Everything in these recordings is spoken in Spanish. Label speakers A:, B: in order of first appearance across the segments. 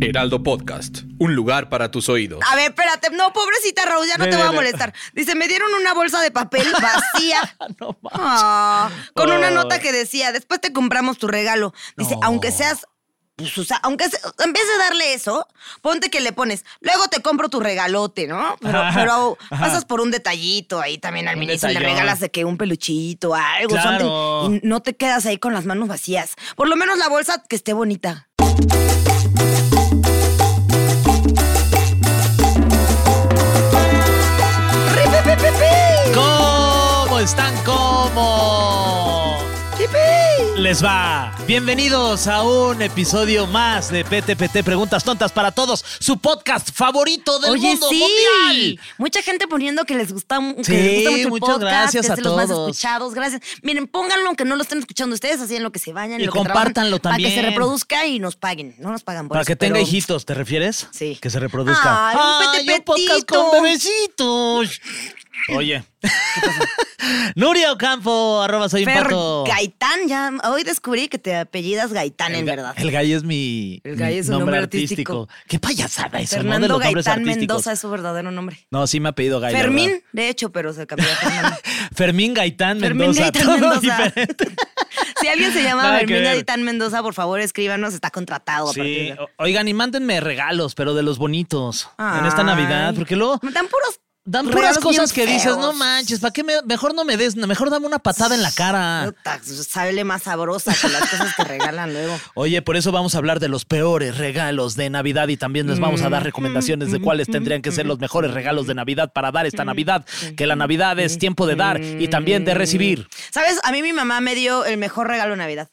A: Heraldo Podcast, un lugar para tus oídos.
B: A ver, espérate. No, pobrecita Raúl, ya no
C: Ve,
B: te
C: ve,
B: voy a
C: ve.
B: molestar. Dice, me dieron una bolsa de papel vacía.
C: No mames.
B: Ah, con una
C: Oh.
B: nota que decía, después te compramos tu regalo. Dice,
C: No.
B: aunque seas... Pues, o sea, aunque se- en vez de darle eso, ponte que le pones, luego te compro tu regalote, ¿no? Pero,
C: Ajá,
B: pero
C: ajá.
B: pasas por un detallito ahí también al
C: Un
B: ministro, le
C: detallón.
B: regalas de que un peluchito, algo,
C: Claro.
B: something, y no te quedas ahí con las manos vacías. Por lo menos la bolsa que esté bonita. ¡Ripipipipi!
C: ¿Cómo están? ¿Cómo?
B: ¡Yipi!
C: Les va. Bienvenidos a un episodio más de PTPT Preguntas Tontas para Todos, su podcast favorito del
B: Oye,
C: mundo
B: sí.
C: mundial.
B: Mucha gente poniendo que les gusta, mu- que
C: Sí,
B: les gusta mucho el
C: muchas
B: podcast,
C: gracias
B: que
C: a
B: es de los más
C: todos.
B: escuchados. Gracias. Miren, pónganlo aunque no lo estén escuchando ustedes, así en lo que se vayan,
C: Y
B: en lo que trabajan,
C: compártanlo
B: Para que se
C: también.
B: reproduzca y nos paguen. No nos pagan por
C: Para
B: eso,
C: que tenga
B: pero-
C: hijitos, ¿te refieres?
B: Sí.
C: Que se reproduzca.
B: Ay, un petepetito.
C: podcast con bebecitos. Oye. Nuria Ocampo, arroba soy un
B: Fer
C: pato.
B: Gaitán, ya hoy descubrí que te apellidas Gaitán, en
C: ga-
B: verdad.
C: El Gay es mi
B: El Gay
C: mi
B: es un nombre artístico.
C: Qué payasada eso, ¿no? De
B: Fernando
C: los nombres
B: Gaitán
C: artísticos.
B: Mendoza es su verdadero nombre.
C: No, sí me ha pedido Gay. la
B: Fermín, de hecho, pero se cambió a Fernando.
C: verdad. Fermín Gaitán
B: Fermín
C: Mendoza.
B: Gaitán
C: todo
B: Mendoza.
C: diferente.
B: si alguien se llama
C: Nada que
B: Fermín
C: ver.
B: Gaitán Mendoza, por favor, escríbanos, está contratado a partir
C: Sí.
B: de-
C: o- Oigan, y mándenme regalos, pero de los bonitos. En esta
B: Ay.
C: Navidad, porque luego
B: Me dan puros.
C: dan puras
B: regalos
C: cosas que
B: bien
C: dices, no
B: feos.
C: manches, ¿para qué me- mejor no me des, mejor dame una patada en la cara?
B: Puta, Sabe más sabrosa que las cosas que regalan luego.
C: Oye, por eso vamos a hablar de los peores regalos de Navidad y también les vamos a
B: Mm,
C: dar recomendaciones de cuáles tendrían que ser los mejores regalos de Navidad para dar esta Navidad, que la Navidad es tiempo de dar y también de recibir
B: Mm. ¿Sabes? A mí mi mamá me dio el mejor regalo de Navidad.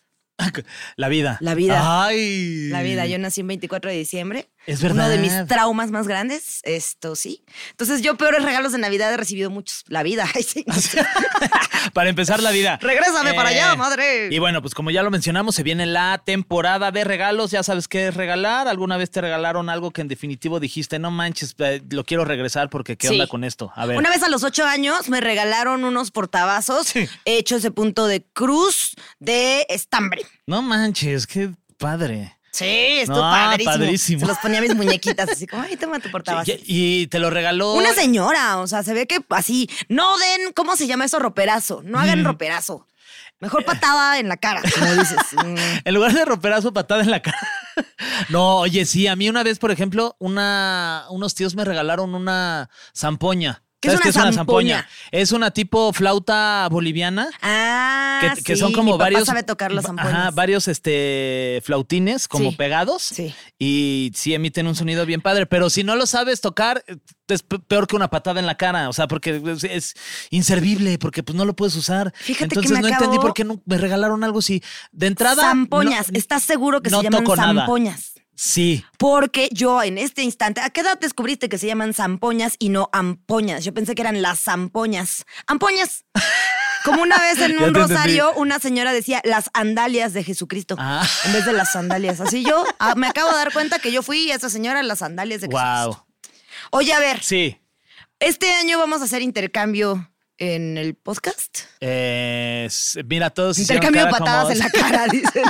C: la vida.
B: La vida.
C: Ay.
B: La vida. Yo nací el 24 de diciembre.
C: Es
B: Uno de
C: verdad.
B: mis traumas más grandes. Esto sí. Entonces, yo peores regalos de Navidad he recibido muchos. La vida. Ay, sí.
C: Ah, Para empezar la vida. Eh,
B: Regrésame para allá, madre.
C: Y bueno, pues como ya lo mencionamos, se viene la temporada de regalos. Ya sabes qué es regalar. ¿Alguna vez te regalaron algo que en definitivo dijiste, no manches, eh, lo quiero regresar porque qué
B: Sí.
C: onda con esto? A ver.
B: Una vez a los ocho años me regalaron unos portavasos hechos de punto de cruz de estambre.
C: No manches, qué padre.
B: Sí, esto
C: No,
B: padrísimo.
C: Ah, padrísimo.
B: Se los ponía a mis muñequitas, así como, ay, toma tu portavasos.
C: Sí, y, y te lo regaló.
B: Una señora, o sea, se ve que así, no den, ¿cómo se llama eso? Roperazo. No hagan roperazo.
C: Eh.
B: Mejor patada en la cara, como dices. Mm.
C: En lugar de roperazo, patada en la cara. No, oye, sí, a mí una vez, por ejemplo, una, unos tíos me regalaron una zampoña.
B: ¿Qué es
C: ¿Sabes
B: una zampoña?
C: Es una tipo flauta boliviana.
B: Ah,
C: Que, que son
B: sí,
C: como
B: mi papá
C: varios.
B: sabe tocar los
C: va-
B: zampoñas.
C: Ajá, varios este, flautines como
B: Sí.
C: pegados.
B: Sí.
C: Y sí emiten un sonido bien padre. Pero si no lo sabes tocar, es pe- peor que una patada en la cara. O sea, porque es, es inservible, porque pues no lo puedes usar.
B: Fíjate que
C: Entonces
B: me
C: no entendí
B: acabo-
C: por qué no me regalaron algo si de entrada.
B: zampoñas.
C: no-
B: ¿Estás seguro que
C: no
B: se llaman
C: toco nada.
B: zampoñas?
C: Sí.
B: Porque yo en este instante, ¿a qué edad descubriste que se llaman zampoñas y no ampoñas? Yo pensé que eran las zampoñas. ¡Ampoñas! Como una vez en un
C: Ya te entendí.
B: rosario, una señora decía las andalias de Jesucristo
C: Ah.
B: en vez de las sandalias. Así yo ah, me acabo de dar cuenta que yo fui a esa señora las sandalias de Jesucristo.
C: Wow.
B: Oye, a ver,
C: Sí.
B: este año vamos a hacer intercambio en el podcast.
C: Eh, s- mira, todos. hicieron
B: Intercambio de
C: cara como-
B: patadas en la cara, dicen.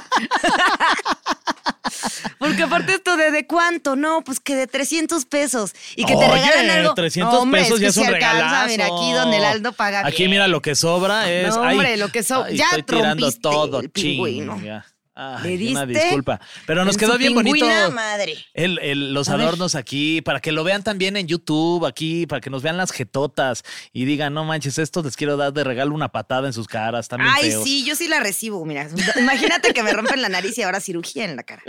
B: Porque aparte esto de de cuánto, no, pues que de 300 pesos y que te
C: Oye,
B: regalan algo.
C: 300
B: No, hombre,
C: pesos
B: que
C: ya es
B: si
C: un
B: alcanza,
C: regalazo.
B: Mira, aquí donde el Aldo paga
C: Aquí
B: bien.
C: mira lo que sobra es...
B: No,
C: ay,
B: hombre, lo que sobra.
C: ay,
B: Ya
C: estoy tirando
B: rompiste
C: todo,
B: el pingüino.
C: chinga. Ay,
B: Le
C: una
B: diste
C: disculpa. Pero nos
B: en
C: quedó
B: su
C: bien bonito
B: pingüina madre.
C: el- el- los
B: A ver.
C: adornos aquí, para que lo vean también en YouTube, aquí, para que nos vean las jetotas y digan, no manches, estos les quiero dar de regalo una patada en sus caras, también
B: Ay, sí, yo sí la recibo, mira. Imagínate que me rompen la nariz y ahora cirugía en la cara.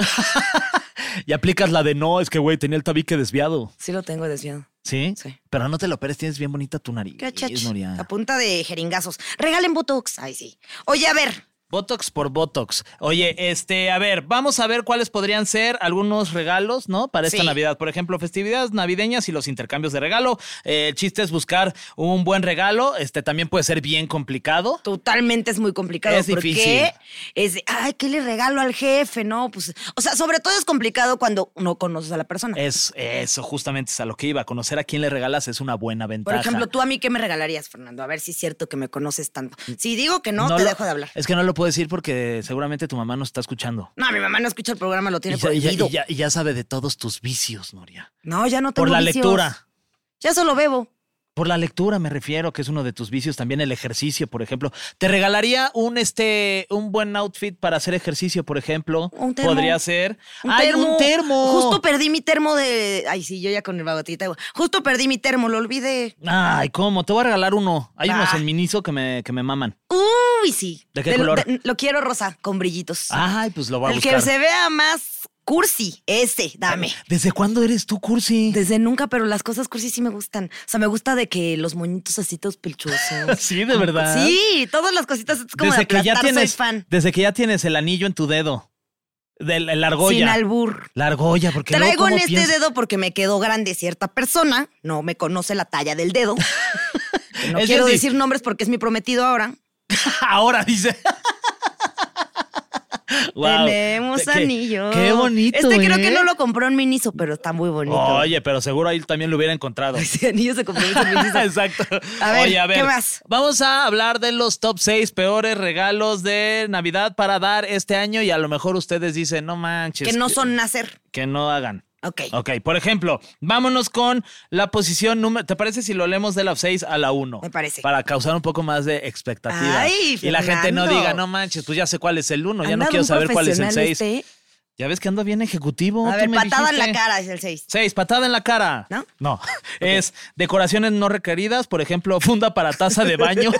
C: Y aplicas la de, no, es que, güey, tenía el tabique desviado.
B: Sí lo tengo desviado.
C: ¿Sí?
B: Sí.
C: Pero no te lo operes, tienes bien bonita tu nariz,
B: Qué chach,
C: Nuria.
B: A punta de jeringazos. Regalen Botox. Ay, sí. Oye, a ver,
C: Botox por Botox. Oye, este, a ver, vamos a ver cuáles podrían ser algunos regalos, ¿no? Para esta
B: Sí.
C: Navidad. Por ejemplo, festividades navideñas y los intercambios de regalo. Eh, el chiste es buscar un buen regalo. Este también puede ser bien complicado.
B: Totalmente es muy complicado.
C: Es
B: porque
C: difícil.
B: Es de, ay, ¿qué le regalo al jefe? No, pues, o sea, sobre todo es complicado cuando no conoces a la persona.
C: Es eso, justamente es a lo que iba. Conocer a quién le regalas es una buena
B: Por
C: ventaja.
B: ejemplo, tú a mí, ¿qué me regalarías, Fernando? A ver si es cierto que me conoces tanto. Si digo que no, te
C: lo-
B: dejo de hablar.
C: Es que Mm. no lo lo puedo decir porque seguramente tu mamá nos está escuchando.
B: No, mi mamá no escucha el programa, lo
C: Y
B: tiene
C: ya, y ya-
B: prohibido.
C: y ya- y ya sabe de todos tus vicios, Noria.
B: No, ya no tengo
C: Por la
B: vicios.
C: lectura.
B: Ya solo bebo.
C: Por la lectura me refiero, que es uno de tus vicios. También el ejercicio, por ejemplo. Te regalaría un, este, un buen outfit para hacer ejercicio, por ejemplo.
B: Un termo.
C: Podría ser. ¡Ay, un termo!
B: Justo perdí mi termo de. Ay, sí, yo ya con el babatita. Justo perdí mi termo, lo olvidé.
C: Ay, ¿cómo? Te voy a regalar uno. Hay
B: Ah.
C: unos en Miniso que me, que me maman.
B: Uy, sí.
C: ¿De qué color?
B: lo quiero rosa, con brillitos.
C: Ay, pues lo voy a
B: el
C: buscar.
B: que se vea más cursi, ese, dame.
C: ¿Desde cuándo eres tú, Cursi?
B: Desde nunca, pero las cosas cursi sí me gustan. O sea, me gusta de que los moñitos así todos pelchosos.
C: Sí, de verdad.
B: Sí, todas las cositas es como de aplastar,
C: tienes,
B: soy fan.
C: Desde que ya tienes el anillo en tu dedo. Del, el argolla.
B: Sin albur.
C: La argolla, porque luego,
B: Traigo en
C: ¿cómo
B: este
C: piensas?
B: dedo porque me quedó grande cierta persona, no me conoce la talla del dedo. Que no
C: Eso
B: quiero
C: sí.
B: decir nombres porque es mi prometido ahora.
C: Ahora dice. Guau.
B: Tenemos
C: Qué-
B: anillo.
C: Qué bonito.
B: Este creo que
C: ¿eh?
B: no lo compró en Miniso, pero está muy bonito.
C: Oye, pero seguro ahí también lo hubiera encontrado.
B: Ese anillo se compró en Miniso.
C: Exacto.
B: A ver,
C: Oye, a ver.
B: ¿qué más?
C: Vamos a hablar de los top 6 peores regalos de Navidad para dar este año y a lo mejor ustedes dicen, no manches.
B: que no son nacer.
C: Que no hagan.
B: Ok.
C: Ok, por ejemplo, vámonos con la posición número. ¿Te parece si lo leemos de la 6 a la 1?
B: Me parece.
C: Para causar un poco más de expectativa.
B: Ay,
C: y la gente no
B: Fernando.
C: diga, no manches, pues ya sé cuál es el 1, ya no
B: Andaba
C: quiero
B: un
C: saber cuál es el
B: profesional
C: 6.
B: este, ¿eh?
C: Ya ves que ando bien ejecutivo.
B: A
C: tú
B: ver,
C: me
B: patada en la
C: dijiste.
B: cara es el 6.
C: Seis, patada en la cara.
B: ¿No?
C: No. Es decoraciones no requeridas, por ejemplo, funda para taza de baño.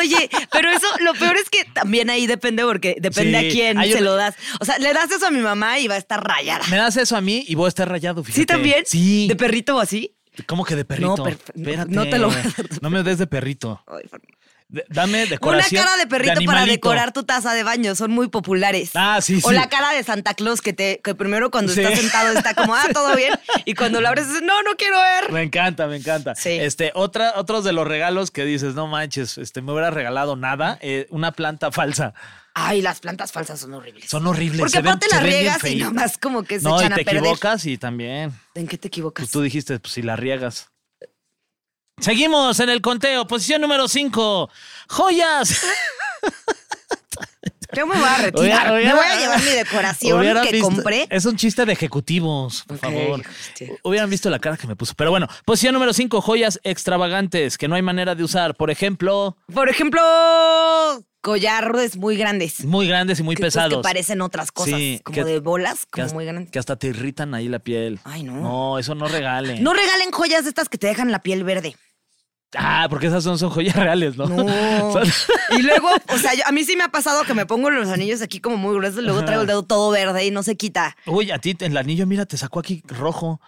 B: Oye, pero eso, lo peor es que también ahí depende, porque depende
C: Sí,
B: a quién
C: hay
B: se
C: un-
B: lo das. O sea, le das eso a mi mamá y va a estar rayada.
C: Me das eso a mí y voy a estar rayado, fíjate.
B: ¿Sí también?
C: Sí.
B: ¿De perrito o así?
C: ¿Cómo que de perrito?
B: No, per- no,
C: Espérate.
B: no te lo voy a dar de
C: No me des de perrito.
B: Ay, Fernando.
C: De- dame
B: Una
C: decoración.
B: cara de perrito para
C: animalito.
B: decorar tu taza de baño, son muy populares.
C: Ah, sí,
B: O
C: sí.
B: la cara de Santa Claus que te, que primero cuando
C: Sí.
B: estás sentado está como, ah, todo bien. Y cuando lo abres, dices, no, no quiero ver.
C: Me encanta, me encanta.
B: Sí.
C: Este, otra, otros de los regalos que dices, no manches, este, me hubiera regalado nada, eh, una planta falsa.
B: Ay, las plantas falsas son horribles.
C: Son horribles.
B: Porque
C: se ven-
B: aparte
C: se
B: las
C: ven bien
B: riegas y
C: feitas.
B: nomás como que se
C: No,
B: echan
C: y
B: a
C: te
B: perder.
C: equivocas y también.
B: ¿En qué te equivocas?
C: Pues tú dijiste, pues si la riegas. Seguimos en el conteo. Posición número 5. Joyas.
B: Yo me voy a retirar.
C: Hubiera-
B: me
C: hubiera-
B: voy a llevar mi decoración
C: Hubieran
B: Ah, que
C: visto-
B: compré.
C: Es un chiste de ejecutivos, por
B: Ok, este,
C: favor.
B: hostia.
C: Hubieran visto la cara que me puso. Pero bueno, posición número 5. Joyas extravagantes que no hay manera de usar. Por ejemplo,
B: Por ejemplo, collares muy grandes.
C: muy grandes y muy
B: que, pues,
C: pesados.
B: Que parecen otras cosas,
C: Sí,
B: como
C: que-
B: de bolas,
C: que
B: como
C: has-
B: muy grandes.
C: Que hasta te irritan ahí la piel.
B: Ay, no.
C: No, eso no regalen.
B: No regalen joyas de estas que te dejan la piel verde.
C: Ah, porque esas no son joyas reales, ¿no?
B: No.
C: Son-
B: y luego, o sea, yo- a mí sí me ha pasado que me pongo los anillos aquí como muy gruesos, luego traigo el dedo todo verde y no se quita.
C: Uy, a ti el anillo, mira, te sacó aquí rojo.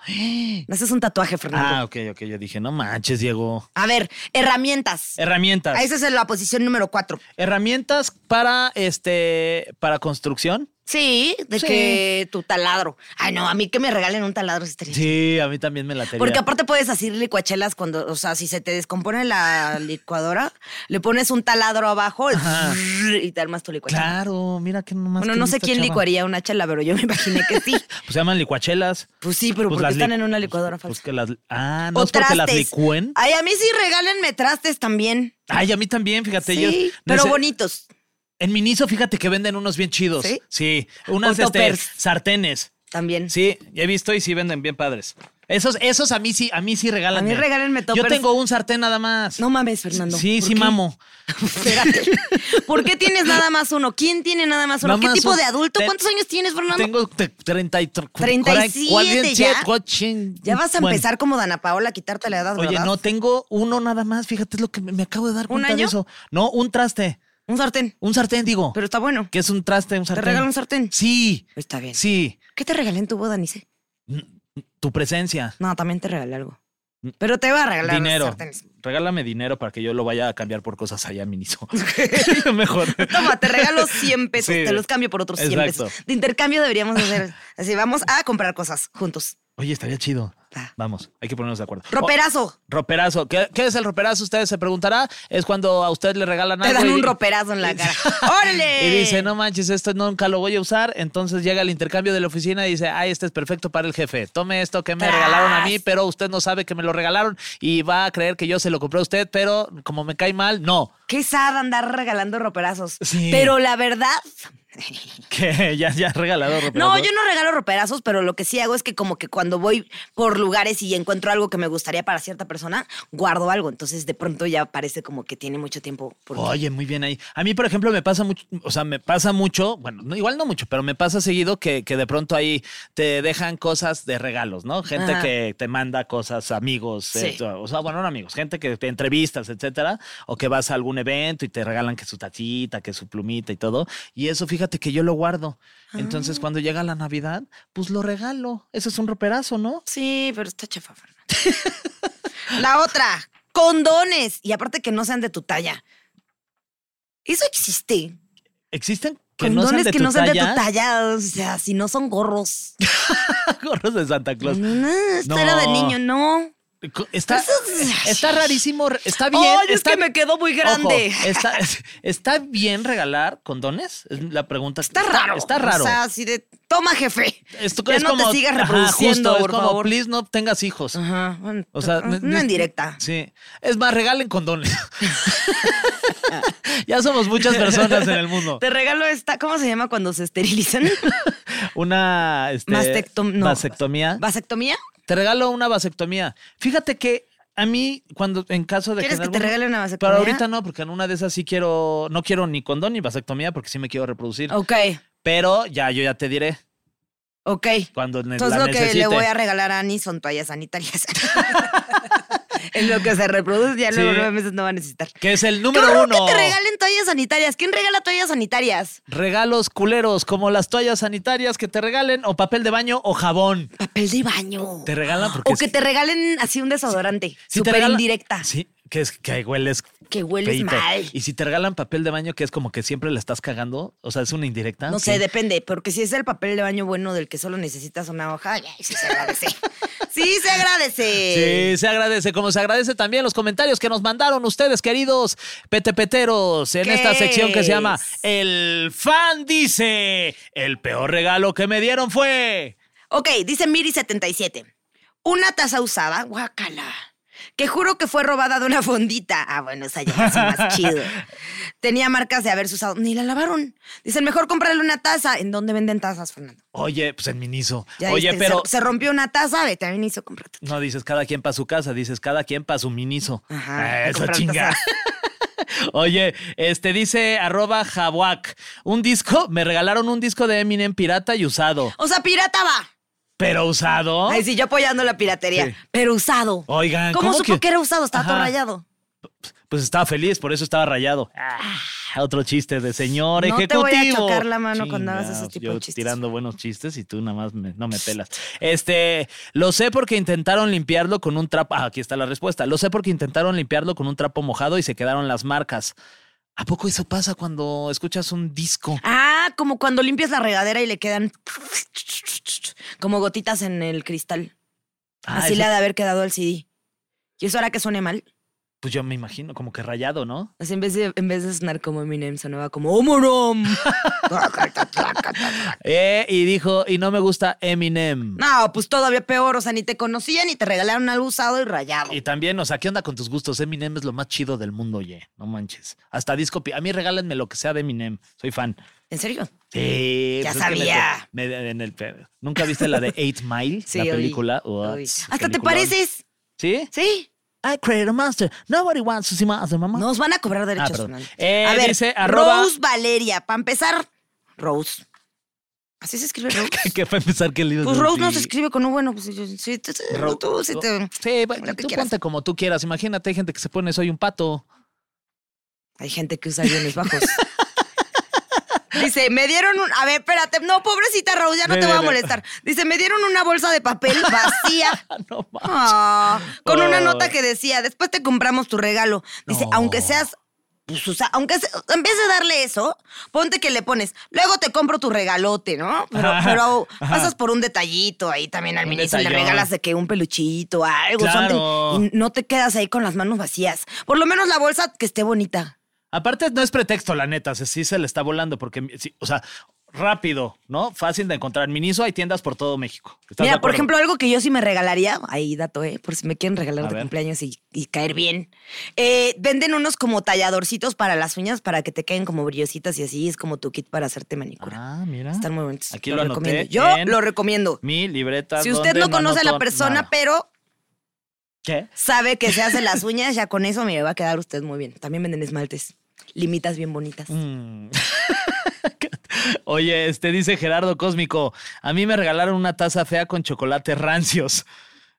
B: No haces un tatuaje, Fernando.
C: Ah, ok, ok. Yo dije, no manches, Diego.
B: A ver, herramientas.
C: Herramientas.
B: Esa es la posición número cuatro.
C: Herramientas para este para construcción.
B: Sí, de
C: Sí.
B: que tu taladro. Ay, no, a mí que me regalen un taladro es triste.
C: Sí, a mí también me la tenía.
B: Porque aparte puedes hacer licuachelas cuando, o sea, si se te descompone la licuadora, le pones un taladro abajo
C: Ajá.
B: y te armas tu licuachela.
C: Claro, mira que
B: pues,
C: nomás.
B: Bueno,
C: que
B: no sé
C: lista,
B: quién
C: chava.
B: licuaría una chela, pero yo me imaginé que sí.
C: Pues se llaman licuachelas.
B: Pues sí, pero
C: Pues
B: porque
C: las
B: están
C: li-
B: en una licuadora
C: Pues
B: falsa.
C: que las. Ah, no
B: O
C: es porque las
B: trastes.
C: licúen.
B: Ay, a mí sí regálenme trastes también.
C: Ay, a mí también, fíjate.
B: Sí,
C: yo,
B: pero
C: nece-
B: bonitos.
C: En Miniso, fíjate que venden unos bien chidos.
B: ¿Sí?
C: Sí. Unas
B: O
C: este,
B: toppers.
C: sartenes.
B: También.
C: Sí, ya he visto y sí venden bien padres. Esos, esos a mí sí, a mí sí regalan.
B: A mí regálenme
C: Yo
B: toppers.
C: tengo un sartén nada más.
B: No mames, Fernando.
C: sí,
B: ¿Por
C: sí,
B: qué?
C: mamo.
B: Espérate. ¿Por qué tienes nada más uno? ¿Quién tiene nada más uno?
C: Nada
B: ¿Qué
C: más
B: tipo
C: un-
B: de adulto?
C: Ten-
B: ¿Cuántos años tienes, Fernando?
C: Tengo te- 33,
B: 37 ya.
C: coaching.
B: Ya vas a
C: Bueno,
B: empezar como Dana Paola a quitarte la edad,
C: Oye,
B: ¿verdad?
C: no, tengo uno nada más. Fíjate, es lo que me, me acabo de dar
B: ¿Un
C: cuenta de
B: año?
C: eso. No, un traste.
B: Un sartén.
C: Un sartén, digo.
B: Pero está bueno.
C: que es un traste, un sartén.
B: regalo un sartén? Pues
C: Sí,
B: Está bien.
C: sí.
B: ¿Qué te regalé en tu boda, Nice?
C: Tu presencia.
B: No, también te regalé algo. Pero te va a regalar
C: Mm. dinero.
B: unos sartenes.
C: Regálame dinero para que yo lo vaya a cambiar por cosas allá, Miniso. Mejor.
B: Toma, te regalo 100 pesos,
C: Sí.
B: te los cambio por otros 100
C: Exacto.
B: pesos. De intercambio deberíamos hacer. Así vamos a comprar cosas juntos.
C: Oye, estaría chido. Vamos, hay que ponernos de acuerdo.
B: Roperazo.
C: Oh, roperazo. ¿Qué, qué es el roperazo? Ustedes se preguntará. Es cuando a usted le regalan
B: Te
C: algo.
B: dan
C: y-
B: un roperazo en la cara. ¡Órale!
C: Y dice, no manches, esto nunca lo voy a usar. Entonces llega al intercambio de la oficina y dice, ay, este es perfecto para el jefe. Tome esto que me
B: Tras.
C: regalaron a mí, pero usted no sabe que me lo regalaron y va a creer que yo se lo compré a usted, pero como me cae mal, no.
B: Qué sad andar regalando roperazos.
C: Sí.
B: Pero la verdad,
C: Que ya, ya ha regalado ropa.
B: No, yo no regalo roperazos, pero lo que sí hago es que como que cuando voy por lugares y encuentro algo que me gustaría para cierta persona, guardo algo. Entonces de pronto ya parece como que tiene mucho tiempo. por mí.
C: Oye, muy bien ahí. A mí, por ejemplo, me pasa mucho, o sea, me pasa mucho, bueno, no- igual no mucho, pero me pasa seguido que, que de pronto ahí te dejan cosas de regalos, ¿no? Gente
B: Ajá.
C: que te manda cosas, amigos, eh,
B: Sí.
C: o sea, bueno, no amigos, gente que te entrevistas, etcétera, o que vas a algún evento y te regalan que su tacita, que su plumita y todo. Y eso, fíjate que yo lo guardo.
B: Ah.
C: Entonces, cuando llega la Navidad, pues lo regalo. Eso es un roperazo, ¿no?
B: Sí, pero está chafa, Fernanda. La otra, condones. Y aparte que no sean de tu talla. Eso existe.
C: Existen que no sean
B: Condones
C: de
B: que
C: tu
B: no sean de tu
C: talla,
B: talla. O sea, si no son gorros.
C: gorros de Santa Claus.
B: No, esto era de
C: No.
B: niño, no.
C: Co- Está,
B: Mm.
C: eh,
B: Eso es-
C: está rarísimo, re- está bien.
B: Ay, es
C: está,
B: que me quedó muy
C: ojo, eh,
B: grande.
C: está, ¿está bien regalar condones? Es la pregunta.
B: Está raro.
C: Está raro.
B: O sea, así de. Toma, jefe.
C: Esto
B: ya
C: es
B: no
C: como-
B: te sigas
C: ajá,
B: reproduciendo,
C: justo, es
B: por
C: como,
B: favor.
C: please no tengas hijos.
B: Ajá. bueno,
C: O sea,
B: una
C: ne- ne-
B: en directa.
C: Sí. Es más, regalen condones. ya somos muchas personas en el mundo.
B: Te regalo esta. ¿Cómo se llama cuando se esterilizan?
C: Una este,
B: Mastectom- no.
C: vasectomía.
B: ¿Vasectomía?
C: Te regalo una vasectomía. Fíjate que a mí, cuando en caso de
B: ¿Quieres
C: en
B: que te
C: algún-
B: regale una vasectomía?
C: Pero ahorita no, porque en una de esas sí quiero, no quiero ni condón ni vasectomía porque sí me quiero reproducir.
B: Ok,
C: Pero ya, yo ya te diré
B: ok.
C: cuando ne-
B: Entonces
C: la
B: lo
C: necesite.
B: que le voy a regalar a Ani son toallas sanitarias. en lo que se reproduce, ya
C: Sí.
B: luego nueve meses no va a necesitar.
C: Que es el
B: ¡Qué
C: número
B: horror
C: uno.
B: que te regalen toallas sanitarias! ¿Quién regala toallas sanitarias?
C: Regalos culeros, como las toallas sanitarias que te regalen, o papel de baño o jabón.
B: Papel de baño.
C: Te regalan porque.
B: o que
C: es-
B: te regalen así un desodorante.
C: si te
B: Súper
C: regalan-
B: indirecta.
C: Sí, que es que hueles.
B: Que hueles
C: feíto.
B: mal.
C: Y si te regalan papel de baño, que es como que siempre la estás cagando, o sea, es una indirecta.
B: No
C: sí.
B: sé, depende, porque si es el papel de baño bueno del que solo necesitas una hoja, ay, sí se agradece. sí se agradece.
C: Sí, se agradece, como se agradece también los comentarios que nos mandaron ustedes, queridos petepeteros, en
B: ¿Qué
C: esta sección que se llama
B: es?
C: El fan dice, el peor regalo que me dieron fue...
B: Ok, dice Miri77. Una taza usada, guácala. Que juro que fue robada de una fondita. Ah, bueno, esa ya es más chido. Tenía marcas de haberse usado. Ni la lavaron. Dicen, mejor comprarle una taza. ¿En dónde venden tazas, Fernando?
C: Oye, pues en Miniso.
B: Ya
C: Oye,
B: viste,
C: pero
B: Se, se rompió una taza, vete a hizo comprar tu-
C: no dices cada quien para su casa, dices cada quien para su Miniso. Ah,
B: Ajá,
C: Eso
B: comprar
C: chinga.
B: tazas.
C: Oye, este dice arroba jabuac. Un disco, me regalaron un disco de Eminem pirata y usado.
B: O sea, pirata va.
C: Pero usado.
B: Ay, sí, yo apoyando la piratería.
C: ¿Oh? Sí.
B: Pero usado.
C: Oigan,
B: ¿Cómo,
C: ¿cómo
B: supo que...
C: que-
B: era usado? Estaba todo
C: Ajá.
B: rayado.
C: Pues estaba feliz, por eso estaba rayado. Ah, otro chiste de señor
B: No te
C: ejecutivo.
B: voy a chocar la mano cuando hagas ese
C: Chingados,
B: tipo
C: yo
B: de chistes.
C: tirando buenos chistes y tú nada más me- no me pelas. Este, lo sé porque intentaron limpiarlo con un trapo. Ah, aquí está la respuesta. Lo sé porque intentaron limpiarlo con un trapo mojado y se quedaron las marcas. ¿A poco eso pasa cuando escuchas un disco?
B: Ah, como cuando limpias la regadera y le quedan como gotitas en el cristal.
C: Ah,
B: Así
C: eso-
B: le ha de haber quedado el CD. Y eso hará que suene mal.
C: Pues yo me imagino, como que rayado, ¿no?
B: Así en vez de, en vez de sonar como Eminem, sonaba como ¡Omorom!
C: Eh, y dijo, y no me gusta Eminem.
B: no, pues todavía peor. O sea, ni te conocían ni te regalaron algo usado y rayado.
C: Y también, o sea, ¿qué onda con tus gustos? Eminem es lo más chido del mundo, oye. No manches. Hasta disco. pi- A mí regálenme lo que sea de Eminem. Soy fan.
B: ¿En serio?
C: Sí.
B: Ya
C: pues es que me-
B: sabía.
C: me- en el pe- ¿Nunca viste la de Eight Mile?
B: Sí,
C: la
B: oí,
C: película. What?
B: Uy.
C: Qué
B: Hasta te
C: peliculón.
B: pareces.
C: ¿Sí?
B: Sí.
C: I created a monster. Nobody wants to see my mamá.
B: Nos van a cobrar derechos.
C: Ah, perdón.
B: Fernando.
C: Eh,
B: a ver,
C: dice, arroba-
B: Rose Valeria. Para empezar, Rose. Así se escribe Rose.
C: ¿Qué fue pensar que el libro
B: Pues Rose no se
C: Sí.
B: escribe con un bueno. Pues, sí, sí, tú- tú-
C: Ro-
B: tú, sí te-
C: Sí, bueno,
B: lo que
C: tú
B: quieras.
C: ponte como tú quieras. Imagínate, hay gente que se pone soy un pato.
B: Hay gente que usa guiones bajos. Dice, me dieron un. A ver, espérate. No, pobrecita Rose, ya no
C: Ve,
B: te
C: ve,
B: voy a
C: ve.
B: molestar. Dice, me dieron una bolsa de papel vacía.
C: No mames.
B: Ah, con una
C: Oh.
B: nota que decía, después te compramos tu regalo. Dice,
C: No.
B: aunque seas pues usa, aunque se- en vez de darle eso, ponte que le pones, luego te compro tu regalote, ¿no? Pero,
C: Ajá,
B: pero
C: ajá.
B: pasas por un detallito ahí también al
C: Un
B: ministro, le
C: detallón.
B: regalas de que un peluchito, algo,
C: Claro.
B: something, y no te quedas ahí con las manos vacías. Por lo menos la bolsa que esté bonita.
C: Aparte, no es pretexto, la neta. se- Sí se le está volando porque, sí, o sea, rápido, ¿no? Fácil de encontrar. Miniso hay tiendas por todo México. ¿Estás de
B: Mira, por
C: acuerdo?
B: ejemplo, algo que yo sí me regalaría, ahí dato, ¿eh? Por si me quieren regalar
C: A
B: de
C: ver.
B: cumpleaños y, y caer bien. Eh, venden unos como talladorcitos para las uñas para que te queden como brillositas y así es como tu kit para hacerte manicura.
C: Ah, mira.
B: Están muy bonitos.
C: Aquí lo anoté
B: recomiendo. Yo
C: en-
B: lo recomiendo.
C: Mi libreta.
B: Si usted
C: donde
B: no conoce a la
C: anoto
B: persona,
C: nada.
B: pero
C: ¿Qué?
B: sabe que se hace las uñas, ya con eso me va a quedar usted muy bien. También venden esmaltes, limitas bien bonitas.
C: Mm. Oye, este dice Gerardo Cósmico, a mí me regalaron una taza fea con chocolates rancios.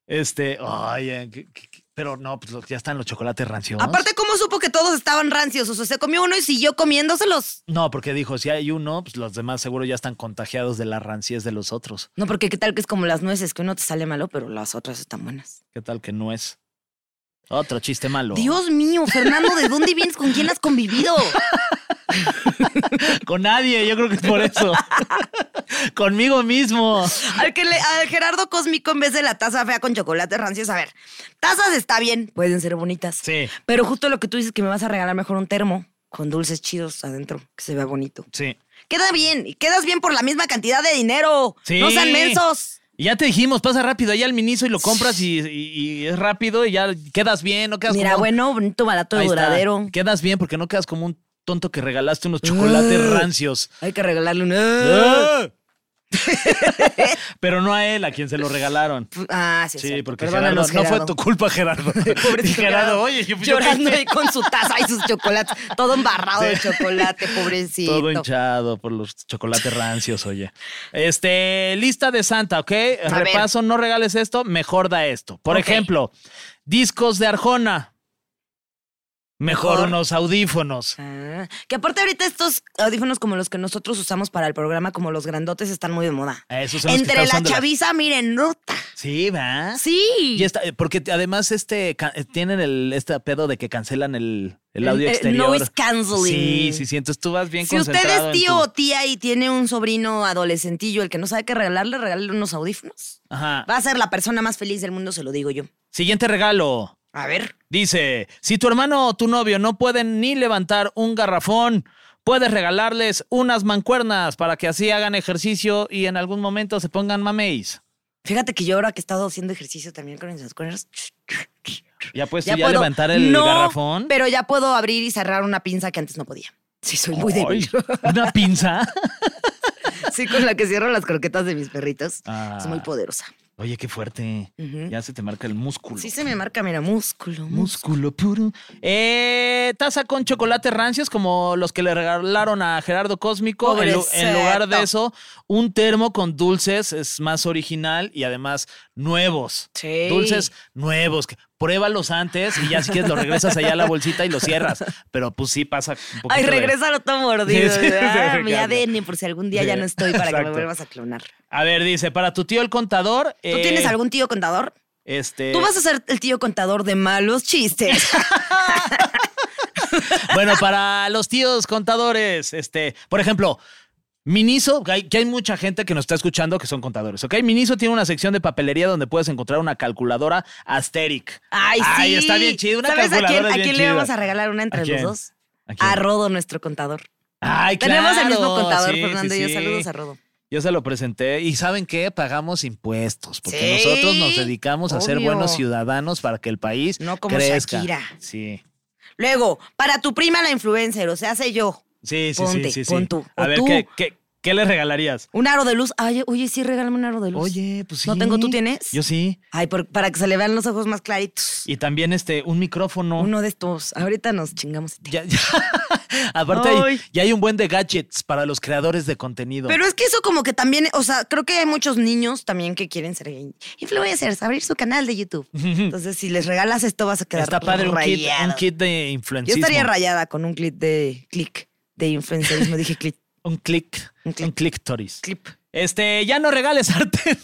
C: Este, oye, ¿qué- qué- qué? pero no, pues lo- ya están los chocolates rancios.
B: Aparte, ¿cómo supo que todos estaban rancios? O sea, se comió uno y siguió comiéndoselos.
C: No, porque dijo, si hay uno, pues los demás seguro ya están contagiados de la ranciez de los otros.
B: No, porque qué tal que es como las nueces, que uno te sale malo, pero las otras están buenas.
C: ¿Qué tal que no es? Otro chiste malo.
B: Dios mío, Fernando, ¿de dónde vienes? ¿Con quién has convivido?
C: Con nadie, yo creo que es por eso. Conmigo mismo.
B: Al, que le- al Gerardo Cósmico, en vez de la taza fea con chocolates rancios, a ver, tazas está bien, pueden ser bonitas.
C: Sí,
B: Pero justo lo que tú dices, que me vas a regalar mejor un termo con dulces chidos adentro, que se vea bonito.
C: sí.
B: Queda bien, y quedas bien por la misma cantidad de dinero.
C: Sí.
B: No sean mensos.
C: Y Ya te dijimos, pasa rápido allá al miniso y lo compras y, y- y es rápido y ya quedas bien, no quedas
B: Mira,
C: como-
B: bueno, bonito, barato,
C: Ahí está.
B: duradero.
C: Quedas bien porque no quedas como un tonto que regalaste unos chocolates
B: Ugh.
C: rancios.
B: Hay que regalarle un.
C: ¡Ah!
B: ¡Ah! Eh.
C: Pero no a él, a quien se lo regalaron.
B: Ah, sí, es
C: Sí,
B: cierto.
C: porque Gerardo,
B: Perdónanos,
C: no fue
B: Gerardo.
C: tu culpa, Gerardo. Y
B: Pobrecito
C: Gerardo, oye, yo, yo
B: llorando
C: qué-
B: ahí con su taza y sus chocolates, todo embarrado de chocolate, pobrecito.
C: Todo hinchado por los chocolates rancios, oye. Este, lista de Santa, ¿ok?
B: ver.
C: Repaso, no regales esto, mejor da esto. Por
B: Ok.
C: ejemplo, discos de Arjona. Mejor,
B: Mejor.
C: unos audífonos.
B: Ah, que aparte ahorita estos audífonos como los que nosotros usamos para el programa, como los grandotes, están muy de moda.
C: Esos son los que
B: Ah. Entre la
C: causan de la-
B: chaviza, miren, nota.
C: Sí, va.
B: Sí.
C: Y esta- eh, porque te- además este ca- eh, tienen el este pedo de que cancelan el, el audio
B: El- el
C: exterior.
B: Eh, noise canceling.
C: Sí, sí, sí. Entonces tú vas bien
B: Si usted
C: concentrado
B: es
C: en
B: tío o
C: tu-
B: tía y tiene un sobrino adolescentillo, el que no sabe qué regalarle, regálale unos audífonos.
C: Ajá.
B: Va a ser la persona más feliz del mundo, se lo digo yo.
C: Siguiente regalo.
B: A ver.
C: Dice, si tu hermano o tu novio no pueden ni levantar un garrafón, puedes regalarles unas mancuernas para que así hagan ejercicio y en algún momento se pongan mameis.
B: Fíjate que yo ahora que he estado haciendo ejercicio también con mis escuelas.
C: Ya puedes tú ya levantar el
B: no,
C: garrafón.
B: Pero ya puedo abrir y cerrar una pinza que antes no podía. Sí, soy muy
C: Ay,
B: débil.
C: Una pinza.
B: Sí, con la que cierro las croquetas de mis perritos. Es muy
C: Ah,
B: poderosa.
C: Oye, qué fuerte.
B: Ujú.
C: Ya se te marca el músculo.
B: Sí se me marca, mira, músculo. músculo.
C: Músculo puro. Eh, taza con chocolates rancios, como los que le regalaron a Gerardo Cósmico. En, lu- en
B: Pobrecito.
C: lugar de eso, un termo con dulces es más original y además nuevos.
B: Sí.
C: Dulces nuevos. que- Pruébalos antes y ya si quieres lo regresas allá a la bolsita y lo cierras. Pero pues sí pasa un poquito
B: Ay,
C: de-
B: regrésalo todo mordido.
C: Sí, sí, sí,
B: ah,
C: sí,
B: mi
C: claro.
B: ADN, por si algún día
C: Sí,
B: ya no estoy, para que me
C: exacto.
B: vuelvas a clonar.
C: A ver, dice, para tu tío el contador.
B: ¿Tú tienes
C: eh,
B: algún tío contador?
C: Este...
B: Tú vas a ser el tío contador de malos chistes.
C: Bueno, para los tíos contadores, este, por ejemplo, Miniso, que hay, que hay mucha gente que nos está escuchando que son contadores, ¿ok? Miniso tiene una sección de papelería donde puedes encontrar una calculadora Asteric.
B: Ay, sí.
C: Ay, está bien chido, una
B: ¿Sabes a quién,
C: calculadora
B: a
C: es bien
B: quién le
C: chida.
B: vamos a regalar una entre
C: ¿A
B: los
C: quién?
B: dos?
C: ¿A quién?
B: A Rodo, nuestro contador.
C: Ay,
B: Tenemos el
C: claro,
B: mismo contador,
C: sí,
B: Fernando
C: sí,
B: y yo.
C: sí.
B: Saludos a Rodo.
C: Yo se lo presenté y ¿saben qué? Pagamos impuestos porque
B: Sí,
C: nosotros nos dedicamos a ser
B: obvio.
C: buenos ciudadanos para que el país
B: No como
C: crezca.
B: Shakira.
C: Sí.
B: Luego, para tu prima la influencer, o sea, sé yo.
C: Sí, sí, sí,
B: Ponte,
C: sí, sí.
B: pon tú,
C: A
B: o
C: ver,
B: tú.
C: ¿qué, qué, qué le regalarías?
B: Un aro de luz. Ay, oye, sí, regálame un aro de luz.
C: Oye, pues sí.
B: No tengo, ¿tú tienes?
C: Yo sí.
B: Ay, por- para que se le vean los ojos más claritos.
C: Y también este, un micrófono.
B: Uno de estos. Ahorita nos chingamos.
C: Ya- ya. Aparte, hay,
B: Ay.
C: ya hay un buen de gadgets para los creadores de contenido.
B: Pero es que eso como que también, o sea, creo que hay muchos niños también que quieren ser influencers, abrir su canal de YouTube. Entonces, si les regalas esto, vas a quedar
C: Está padre un kit, un
B: rayado.
C: kit de
B: Yo
C: influencismo.
B: estaría rayada con un clip de click de influencerismo. Dije click,
C: un click,
B: Un
C: un
B: click.
C: click toris.
B: clip.
C: Este, ya no regales sartenes.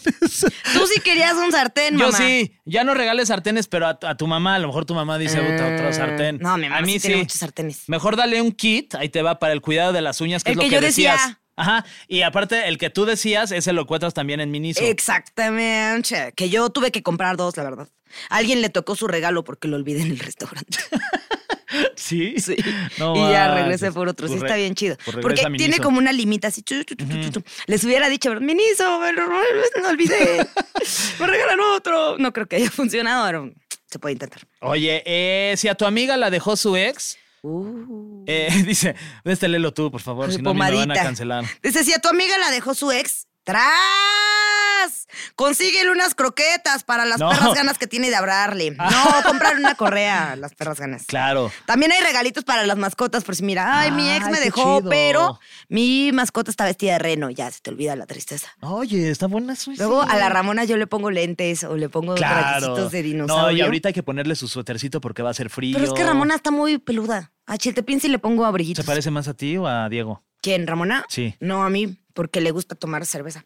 B: Tú sí querías un sartén,
C: Yo
B: mamá.
C: sí, ya no regales sartenes, pero a, tu- a tu mamá, a lo mejor tu mamá dice, "Puta, otro
B: Mm,
C: sartén.
B: No, mi mamá
C: a mí
B: sí tiene muchos sartenes.
C: Mejor dale un kit, ahí te va para el cuidado de las uñas,
B: El
C: que es lo
B: que
C: que,
B: yo decía.
C: decías. Ajá. Y aparte, el que tú decías, ese lo encuentras también en Miniso.
B: Exactamente. Que yo tuve que comprar dos, la verdad. A alguien le tocó su regalo porque lo olvidé en el restaurante.
C: sí.
B: Sí.
C: No
B: y ya
C: manches.
B: regresé por otro. Sí,
C: Pues re-
B: está bien chido.
C: pues regresa
B: Porque
C: a
B: tiene
C: Miniso.
B: como una limita así. chu, chu, chu, chu, chu. Les hubiera dicho, pero Miniso, pero no, no olvidé. Me regalan otro. No creo que haya funcionado, pero se puede intentar.
C: Oye, eh, si a tu amiga la dejó su ex,
B: Uh.
C: eh, dice, este léelo tú, por favor, si no a mí me van a
B: Pomadita.
C: cancelar.
B: Dice, si a tu amiga la dejó su ex, ¡tras! Consíguele unas croquetas para las
C: No.
B: perras ganas que tiene de hablarle. No, comprar una correa, a las perras ganas.
C: Claro.
B: También hay regalitos para las mascotas, por si mira, ay, mi ex
C: Ay,
B: me
C: qué
B: dejó,
C: chido.
B: pero mi mascota está vestida de reno, ya se te olvida la tristeza.
C: Oye, está buena su
B: Luego a la Ramona yo le pongo lentes o le pongo
C: Claro.
B: rayecitos de dinosaurio.
C: No, y ahorita hay que ponerle su suétercito porque va a ser frío.
B: Pero es que Ramona está muy peluda. A Chiltepín sí le pongo
C: ¿Se
B: abriguitos.
C: parece más a ti o a Diego?
B: ¿Quién, Ramona?
C: Sí.
B: No, a mí, porque le gusta tomar cerveza.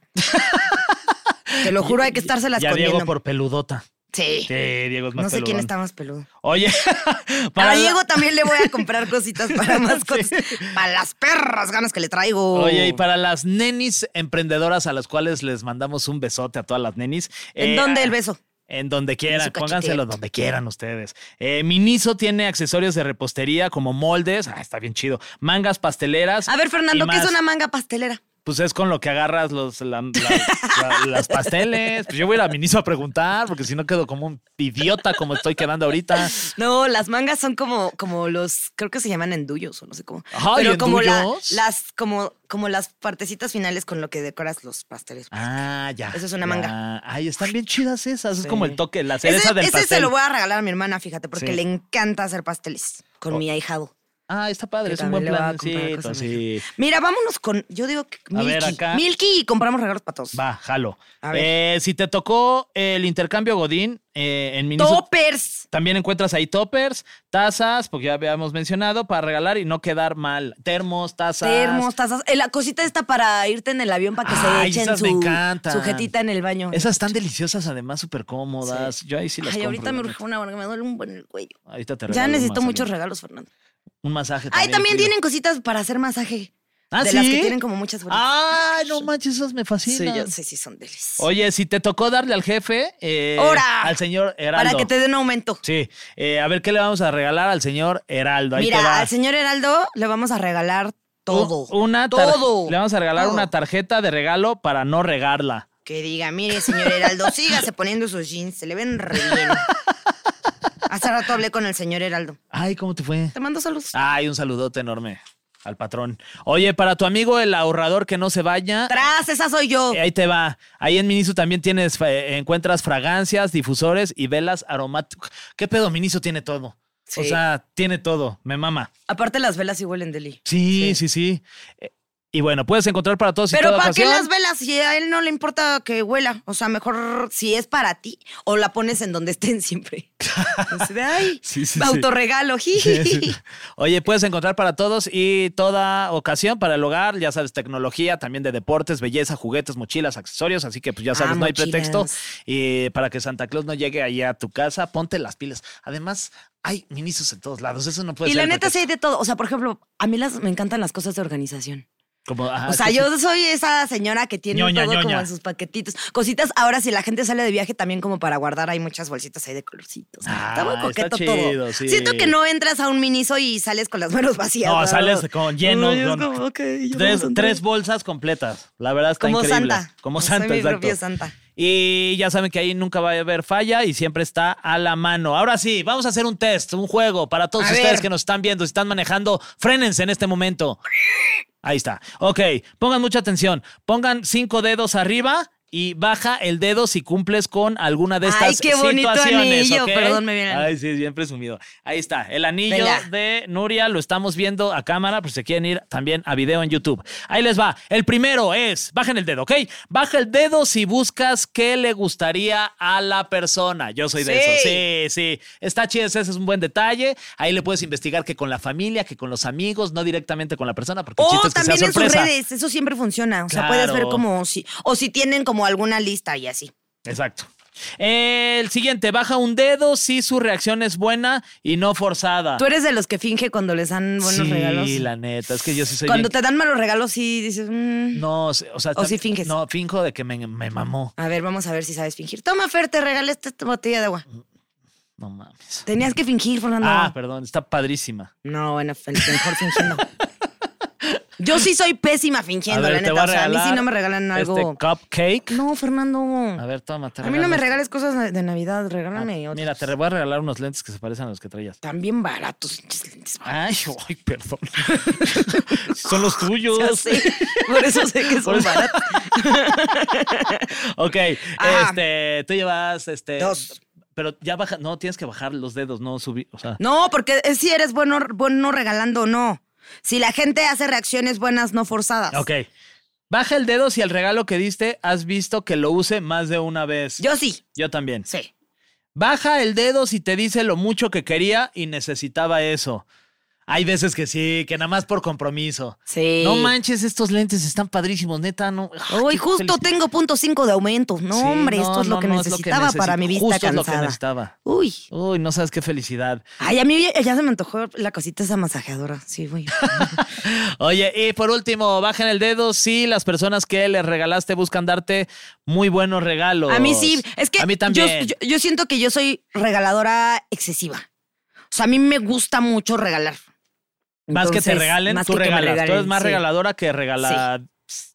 B: Te lo juro, hay que estárselas
C: Y a Diego
B: escondiendo.
C: por peludota.
B: Sí.
C: Sí, Diego es más
B: No sé quién
C: peludón.
B: está más peludo.
C: Oye,
B: a
C: la-
B: Diego también le voy a comprar cositas para mascotas. Para las perras ganas que le traigo.
C: Oye, y para las nenis emprendedoras a las cuales les mandamos un besote a todas las nenis.
B: ¿En
C: eh,
B: dónde el beso?
C: En donde
B: En
C: quieran,
B: su
C: pónganselo
B: cachete.
C: donde quieran ustedes. Eh, Miniso tiene accesorios de repostería como moldes, ah, está bien chido, mangas pasteleras.
B: A ver, Fernando,
C: y
B: ¿qué es
C: más.
B: una manga pastelera?
C: Pues es con lo que agarras los, la- la- la- las pasteles. Pues yo voy a ir a Miniso a preguntar, porque si no quedo como un idiota como estoy quedando ahorita.
B: No, las mangas son como, como los, creo que se llaman endullos o no sé cómo.
C: Ay,
B: Pero como la-
C: ¿endullos?
B: las, como, como las partecitas finales con lo que decoras los pasteles.
C: Ah, ya.
B: Eso es una
C: ya.
B: manga.
C: Ay, están bien chidas esas. Es
B: Sí.
C: como el toque, la
B: Ese,
C: cereza del
B: ese
C: pastel.
B: se lo voy a regalar a mi hermana, fíjate, porque
C: Sí. Oh.
B: le encanta hacer pasteles con mi ahijado.
C: Ah, está padre,
B: que
C: es un buen
B: también le voy a
C: plan.
B: comprar cosas a mi
C: sí.
B: Mira, vámonos con, yo digo que
C: A ver,
B: Milky.
C: acá.
B: Milky y compramos regalos para todos.
C: Va, jalo.
B: A ver.
C: Eh, si te tocó el intercambio Godín eh, en Miniso,
B: Toppers.
C: también encuentras ahí toppers, tazas, porque ya habíamos mencionado, para regalar y no quedar mal. Termos, tazas.
B: Termos, tazas. Eh, La cosita está para irte en el avión para que
C: Ay,
B: se echen
C: esas me
B: su,
C: encantan.
B: su jetita en el baño.
C: Esas están deliciosas, además, súper cómodas. Yo ahí sí las
B: Ay,
C: compro,
B: ahorita me
C: la
B: urge una porque me duele un buen el cuello.
C: neta. Ahorita
B: ya
C: te regalo un
B: necesito
C: masaje.
B: muchos regalos, Fernando.
C: Un masaje también.
B: Ahí también
C: pido.
B: tienen cositas para hacer masaje.
C: ¿Ah,
B: de las
C: sí? Ah,
B: que tienen como muchas bolitas.
C: Ay, no manches, esas me
B: sí,
C: fascinan.
B: yo sé si son delis.
C: Oye, si te tocó darle al jefe, eh,
B: ¡Hora!
C: al señor Heraldo.
B: Para que te den aumento.
C: Sí, eh, a ver qué le vamos a regalar al señor Heraldo. Ahí te
B: Mira,
C: va. Oh,
B: al señor Heraldo le vamos a regalar todo.
C: U- Una tar-
B: todo.
C: Le vamos a regalar
B: Todo.
C: una tarjeta de regalo para no regarla.
B: Que diga, mire, señor Heraldo, sígase poniendo sus jeans, se le ven re bien. Hace rato hablé con el señor Heraldo.
C: Ay, ¿cómo te fue?
B: Te mando saludos.
C: Ay, un saludote enorme al patrón. Oye, para tu amigo el ahorrador que no se baña.
B: Tras, esa soy yo.
C: eh, Ahí te va. Ahí en Miniso también tienes, eh, encuentras fragancias, difusores y velas aromáticas. ¿Qué pedo? Miniso tiene todo. O
B: Sí.
C: sea, tiene todo. Me mama.
B: Aparte, las velas sí huelen deli.
C: Sí, sí, sí. Eh, Y bueno, puedes encontrar para todos y
B: Pero
C: toda
B: ¿para qué
C: ocasión.
B: las velas? Si a él no le importa que huela. O sea, mejor si es para ti o la pones en donde estén siempre. Así de, ay,
C: Sí, sí, sí.
B: autorregalo.
C: Sí, sí.
B: jiji.
C: Oye, puedes encontrar para todos y toda ocasión para el hogar, ya sabes, tecnología, también de deportes, belleza, juguetes, mochilas, accesorios, así que pues ya sabes,
B: Ah,
C: no hay
B: mochilas.
C: pretexto. Y eh, para que Santa Claus no llegue ahí a tu casa, ponte las pilas. Además, hay minisos en todos lados, eso no puede
B: y
C: ser.
B: la neta sí
C: pues pretexto.
B: hay de todo. O sea, por ejemplo, a mí las, me encantan las cosas de organización.
C: Como, ajá,
B: o sea,
C: sí,
B: yo soy esa señora que tiene
C: Ah, Ñoña,
B: todo como
C: ñoña.
B: en sus paquetitos. Cositas, ahora si la gente sale de viaje también como para guardar, hay muchas bolsitas ahí de colorcitos.
C: Ah,
B: está muy
C: está
B: coqueto todo.
C: chido, sí.
B: Siento que no entras a un miniso y sales con las manos vacías.
C: No,
B: la
C: sales
B: verdad.
C: con lleno,
B: Ay, es
C: con
B: como, ok, ya
C: Tres,
B: vamos a entrar.
C: tres bolsas completas. La verdad está
B: Como
C: increíble.
B: Santa.
C: Como
B: Soy
C: Santa,
B: mi
C: exacto.
B: propio Santa.
C: Y ya saben que ahí nunca va a haber falla y siempre está a la mano. Ahora sí, vamos a hacer un test, un juego para todos
B: A
C: ustedes
B: ver.
C: que nos están viendo, si están manejando, frénense en este momento. Ahí está. Ok, pongan mucha atención. Pongan cinco dedos arriba y baja el dedo si cumples con alguna de estas
B: Ay, qué bonito
C: situaciones.
B: anillo.
C: ¿ok?
B: Perdón, me viene el anillo.
C: Ay, sí, es bien presumido. Ahí está, el anillo
B: Venga.
C: de Nuria. Lo estamos viendo a cámara, pues se quieren ir también a video en YouTube. Ahí les va. El primero es, bajen el dedo, ¿ok? Baja el dedo si buscas qué le gustaría a la persona. Yo soy de
B: Sí.
C: eso, sí. Sí, sí, está chido, ese es un buen detalle. Ahí le puedes investigar que con la familia, que con los amigos, no directamente con la persona, porque el
B: O
C: chiste es que sea
B: Oh, también en sus
C: sorpresa.
B: redes, eso siempre funciona. O sea, puedes ver
C: Claro.
B: como si, o si tienen como alguna lista y así.
C: Exacto. El siguiente, baja un dedo si su reacción es buena y no forzada.
B: Tú eres de los que finge cuando les dan buenos
C: Ah. sí,
B: regalos.
C: la neta, es que yo sí soy
B: Cuando
C: bien-
B: te dan malos regalos, sí dices, mm.
C: No, o sea,
B: ¿O sí finges?
C: No, finjo de que me, me mamó.
B: a ver, vamos a ver si sabes fingir. Toma, Fer, te regalé esta botella de agua.
C: No mames.
B: Tenías que fingir, Fernando.
C: Ah, perdón, está padrísima.
B: No, bueno, el mejor fingiendo. Yo sí soy pésima fingiendo, la neta. O sea, a mí sí no me regalan algo.
C: Este cupcake.
B: No, Fernando.
C: A
B: A,
C: ver, toma, te
B: mí no me
C: regalo
B: regales cosas de Navidad,
C: este.
B: regálame
C: Ah,
B: otras.
C: Mira, te voy a regalar unos lentes que se parecen a los que traías.
B: También baratos. pinches lentes.
C: Ay, ay, perdón. Son los tuyos.
B: Ya sé, por eso sé que
C: Por
B: son
C: eso-
B: baratos.
C: Ok,
B: Ajá.
C: este, tú llevas este.
B: Ah. Dos.
C: Pero ya baja, no, tienes que bajar los dedos, no subir, o sea.
B: No, porque eh, si eres bueno, bueno regalando o no. Si la gente hace reacciones buenas, no forzadas.
C: Ok. Baja el dedo si el regalo que diste has visto que lo use más de una vez.
B: Yo sí,
C: Yo también.
B: sí.
C: Baja el dedo si te dice lo mucho que quería y necesitaba eso. Hay veces que sí, que nada más por compromiso.
B: Sí.
C: No manches, estos lentes están padrísimos, neta, no. Ah,
B: Hoy
C: qué
B: justo
C: felicidad.
B: tengo punto cinco de aumento. No,
C: Sí,
B: hombre,
C: no,
B: esto es lo
C: no,
B: que
C: no, es
B: necesitaba para
C: necesito.
B: mi vista
C: Justo es lo que
B: cansada.
C: necesitaba.
B: Uy.
C: Uy, no sabes qué felicidad.
B: Ay, a mí ya se me antojó la cosita esa masajeadora. Sí, güey.
C: Oye, y por último, bajen el dedo si las personas que les regalaste buscan darte muy buenos regalos.
B: A mí sí. Es que
C: A mí
B: yo-
C: también.
B: Yo, yo siento que yo soy regaladora excesiva. O sea, a mí me gusta mucho regalar.
C: más que te
B: Entonces,
C: regalen,
B: más
C: tú
B: que que me
C: regalas. tú eres
B: regalen,
C: más
B: sí.
C: regaladora que regalar.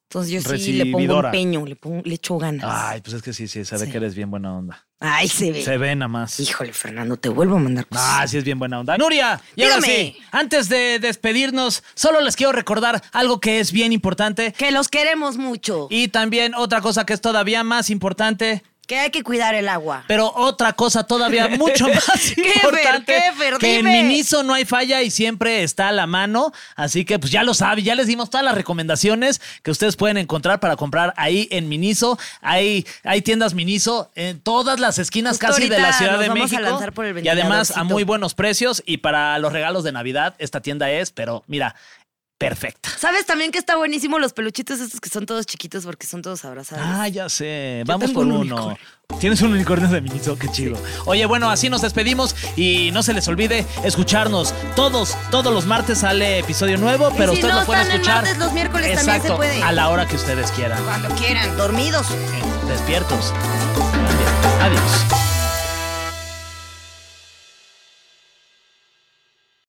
B: Entonces yo sí le pongo
C: Recibidora.
B: empeño, le, pongo, le echo ganas.
C: Ay, pues es que sí, sí, se ve
B: Sí.
C: que eres bien buena onda.
B: Ay, se ve.
C: Se ve nada más.
B: Híjole, Fernando, te vuelvo a mandar cosas.
C: Ah, sí es bien buena onda. Nuria, y ahora
B: Dígame.
C: sí, antes de despedirnos, solo les quiero recordar algo que es bien importante
B: Que los queremos mucho.
C: y también otra cosa que es todavía más importante,
B: Que hay que cuidar el agua.
C: Pero otra cosa todavía mucho más
B: Kefer,
C: importante
B: Kefer,
C: que en
B: dime.
C: Miniso no hay falla y siempre está a la mano, así que pues ya lo sabe, ya les dimos todas las recomendaciones que ustedes pueden encontrar para comprar ahí en Miniso, hay hay tiendas Miniso en todas las esquinas
B: Justo
C: casi de la
B: ahorita
C: Ciudad
B: nos
C: de
B: vamos a
C: México
B: lanzar por el
C: y además a
B: ventiladorcito.
C: muy buenos precios y para los regalos de Navidad esta tienda es, pero mira, perfecta.
B: ¿Sabes también que está buenísimo los peluchitos estos que son todos chiquitos porque son todos abrazados?
C: Ah, ya sé. Vamos
B: tengo
C: por
B: un
C: uno.
B: unicornio.
C: Tienes un unicornio de Miniso, qué chido. Oye, bueno, así nos despedimos y no se les olvide escucharnos. Todos, todos los martes sale episodio nuevo, pero
B: si
C: ustedes
B: no
C: lo pueden
B: están el
C: escuchar.
B: martes, los miércoles también se
C: Exacto,
B: puede.
C: A la hora que ustedes quieran.
B: Cuando quieran, dormidos.
C: Despiertos. Adiós.